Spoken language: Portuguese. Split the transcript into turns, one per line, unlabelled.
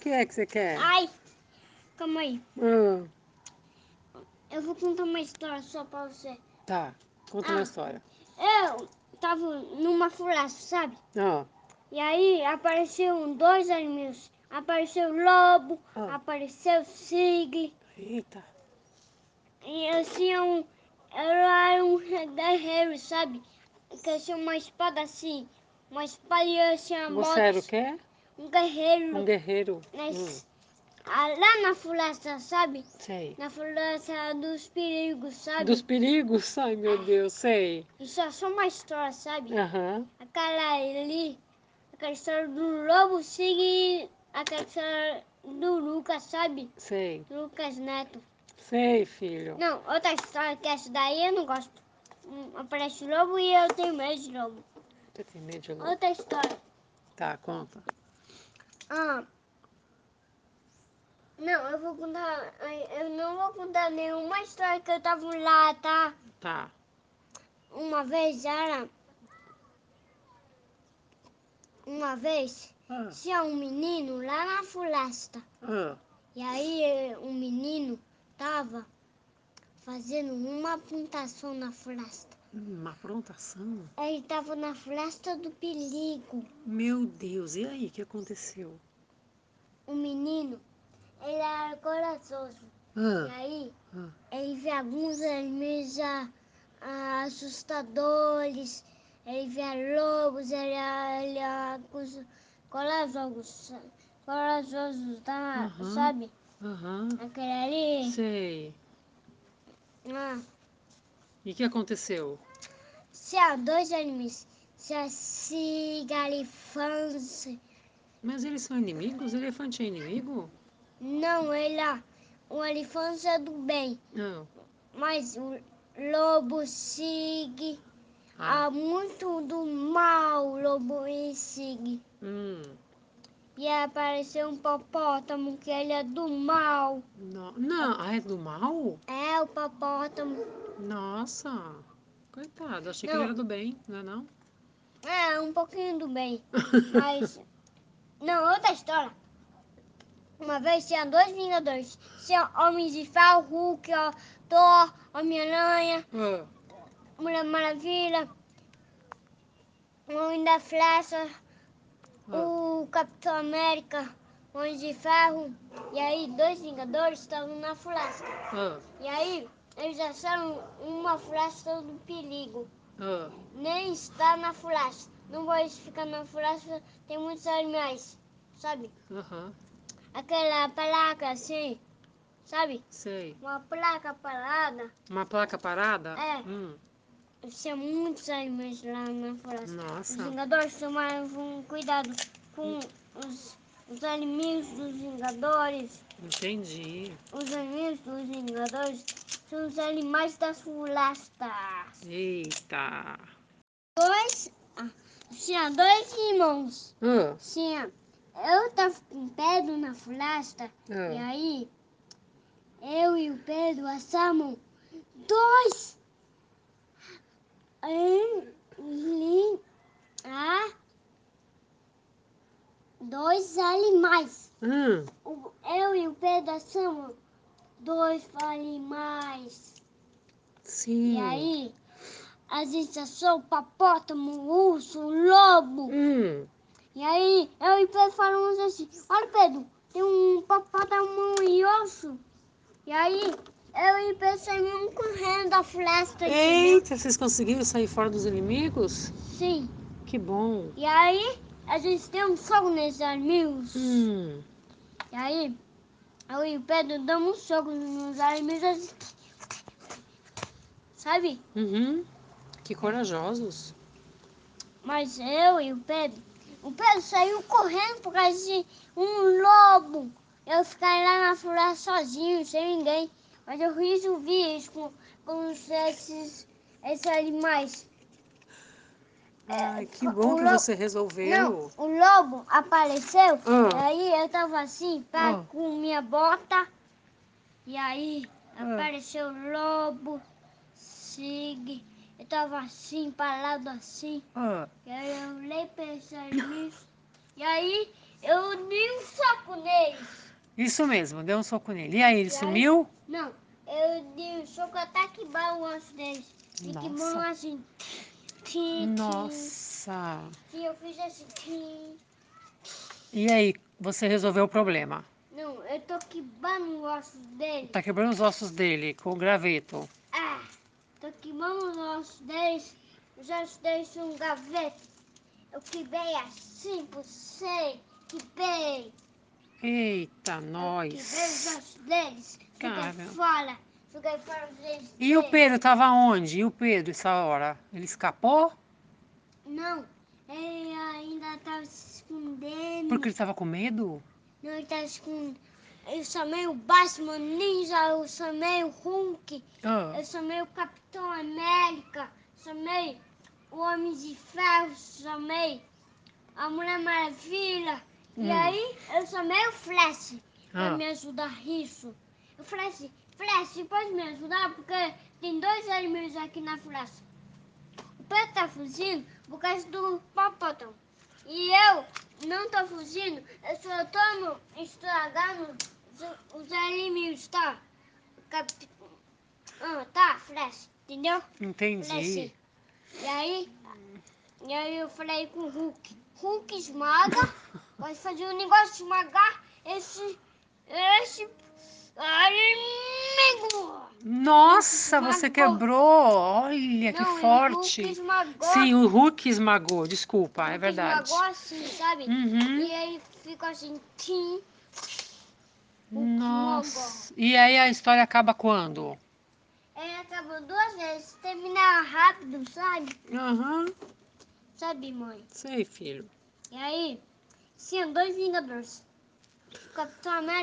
que é que você quer?
Ai, calma aí.
Ah,
Eu vou contar uma história só pra você.
tá, conta uma
Ah.
história.
Eu tava numa floresta, sabe?
Ah,
E aí apareceram dois animais. Apareceu o lobo,
Ah.
apareceu o tigre.
eita.
E assim, um, era um guerreiro, sabe? Que tinha uma espada assim. Uma espada e assim, a
Você era o quê?
Um guerreiro.
Um guerreiro. Hum.
Mas, ah, lá na floresta, sabe?
Sei.
Na floresta dos perigos, sabe?
Dos perigos? Ai, meu Deus, sei.
Isso é só uma história, sabe?
Aham.
Aquela ali, aquela história do lobo sigue aquela história do Lucas, sabe?
Sei,
Lucas Neto.
sei, filho.
Não, outra história que essa daí eu não gosto. Hum, Aparece lobo e eu tenho medo de lobo.
Você tem medo de louco?
Outra história.
Tá, conta.
Ah. Não, eu vou contar. Eu não vou contar nenhuma história que eu tava lá, tá?
Tá.
Uma vez era. Uma vez
Ah,
tinha um menino lá na floresta.
ah,
E aí eh, um menino tava fazendo uma plantação na floresta.
uma aprontação?
Ele tava na floresta do perigo.
Meu Deus, e aí, o que aconteceu?
O menino, ele era corajoso. E
Ah,
aí
ah,
ele vê alguns animais ah, ah, assustadores, ele vê lobos, ele, ele é acusa corajosos, corajosos, tá?
Aham.
Sabe?
aham,
Aquele ali.
sei.
Ah,
E o que aconteceu?
se há dois animais, se há cigalifância.
Mas eles são inimigos? Elefante é inimigo?
Não, ele é o elefante é do bem,
Não.
mas o lobo sigue.
Ah,
Há muito do mal, lobo e sigue.
hum,
E aí apareceu um hipopótamo que ele é do mal.
não. não. Ah, é do mal?
É o hipopótamo.
Nossa. Coitado, achei que
Não.
ele era do bem, não é não? Ah,
É, um pouquinho do bem. Mas. Não, outra história. Uma vez tinha dois Vingadores. Tinha Homem de Ferro, Hulk, ó, Thor, Homem-Aranha,
Ah,
Mulher Maravilha, Homem da Flecha,
ah,
o Capitão América, Homem de Ferro. E aí, dois Vingadores estavam na floresta.
ah,
E aí, eles acharam uma floresta do perigo.
ah.
Nem está na floresta. Não pode ficar na floresta, tem muitos animais. Sabe?
Aham,
Aquela placa assim, sabe?
sei.
Uma placa parada.
Uma placa parada?
É.
Hum,
Tinha muitos animais lá na floresta. Os
nossa.
Vingadores tomaram um cuidado com os, os inimigos dos Vingadores.
Entendi.
Os inimigos dos Vingadores são os animais das florestas.
Eita.
dois. ah, Tinha dois irmãos.
Ah,
Tinha. Eu tava com o Pedro na floresta. E
ah.
aí, eu e o Pedro assamos dois. Em. li- a- Dois animais.
Hum,
O- Eu e o Pedro assamos dois animais.
sim.
E aí, a gente achou o papótamo, o urso, o lobo.
Hum,
E aí, eu e Pedro falamos assim: Olha, Pedro, tem um papótamo e urso. E aí, eu e Pedro saímos correndo da floresta. entendeu?
Eita, vocês conseguiram sair fora dos inimigos?
Sim.
Que bom.
E aí, a gente tem um soco nesses amigos.
Hum,
E aí, eu e o Pedro damos um soco nos amigos. assim, Sabe?
uhum. Que corajosos.
Mas eu e o Pedro, o Pedro saiu correndo por causa de um lobo. Eu fiquei lá na floresta sozinho, sem ninguém. Mas eu resolvi isso com, com os- esses, esses animais.
Ai, que
o-
bom
É, o
que
lo-
você resolveu.
Não, o lobo apareceu,
Ah.
e aí eu tava assim, pá,
Ah.
com minha bota. E aí
Ah.
apareceu o lobo, sigue. Eu tava assim, parado assim.
Ah,
E aí eu olhei pra esse animais. E aí Eu dei um soco neles.
Isso mesmo, deu um soco nele. E aí, ele
E aí?
sumiu?
Não, eu dei um soco ataque bala antes deles. E que
Nossa.
bom assim. Tim, tim,
Nossa.
tim, eu fiz assim. Tim.
E aí, você resolveu o problema.
Não, eu tô queimando o osso deles.
Tá quebrando os ossos dele com o graveto.
Ah, tô queimando os ossos deles. Os ossos deles são um gaveta. Eu quebrei assim, puxei, quebrei.
Eita,
Eu Quebrei os
nós.
ossos deles. Joguei
Cara.
fora. Joguei fora os deles.
E o Pedro tava onde? E o Pedro essa hora? Ele escapou?
Não, ele ainda tava se escondendo.
Porque ele tava com medo?
Não, ele tava se escondendo. Eu chamei o Batman Ninja, eu chamei o Hulk.
Ah,
Eu chamei o Capitão América, chamei o Homem de Ferro, chamei a Mulher Maravilha. E
Hum.
aí eu chamei o Flash pra
Ah.
me ajudar nisso. O Flash, Flash, assim, pode me ajudar? Porque tem dois inimigos aqui na Flash. O Pedro tá fugindo por causa do Popotão. E eu não tô fugindo, eu só tô no- estragando os, os inimigos, tá? Capitão. Ah, tá, Flash, entendeu?
entendi.
Flash. E aí, e aí eu falei com o Hulk. Hulk esmaga, pode fazer um negócio de esmagar esse, esse inimigo.
Nossa, você
Esmagou.
quebrou! Olha
Não,
É que
O Hulk
forte!
esmagou.
Sim, o Hulk esmagou, desculpa,
Hulk
é verdade.
Esmagou assim, sabe?
Uhum.
E aí ficou assim, tim. Hulk
Nossa. E aí a história acaba quando?
Ele acabou duas vezes, terminaram rápido, sabe?
Aham,
Sabe, mãe?
sei, filho.
E aí, tinha dois Vingadores. Capitão América.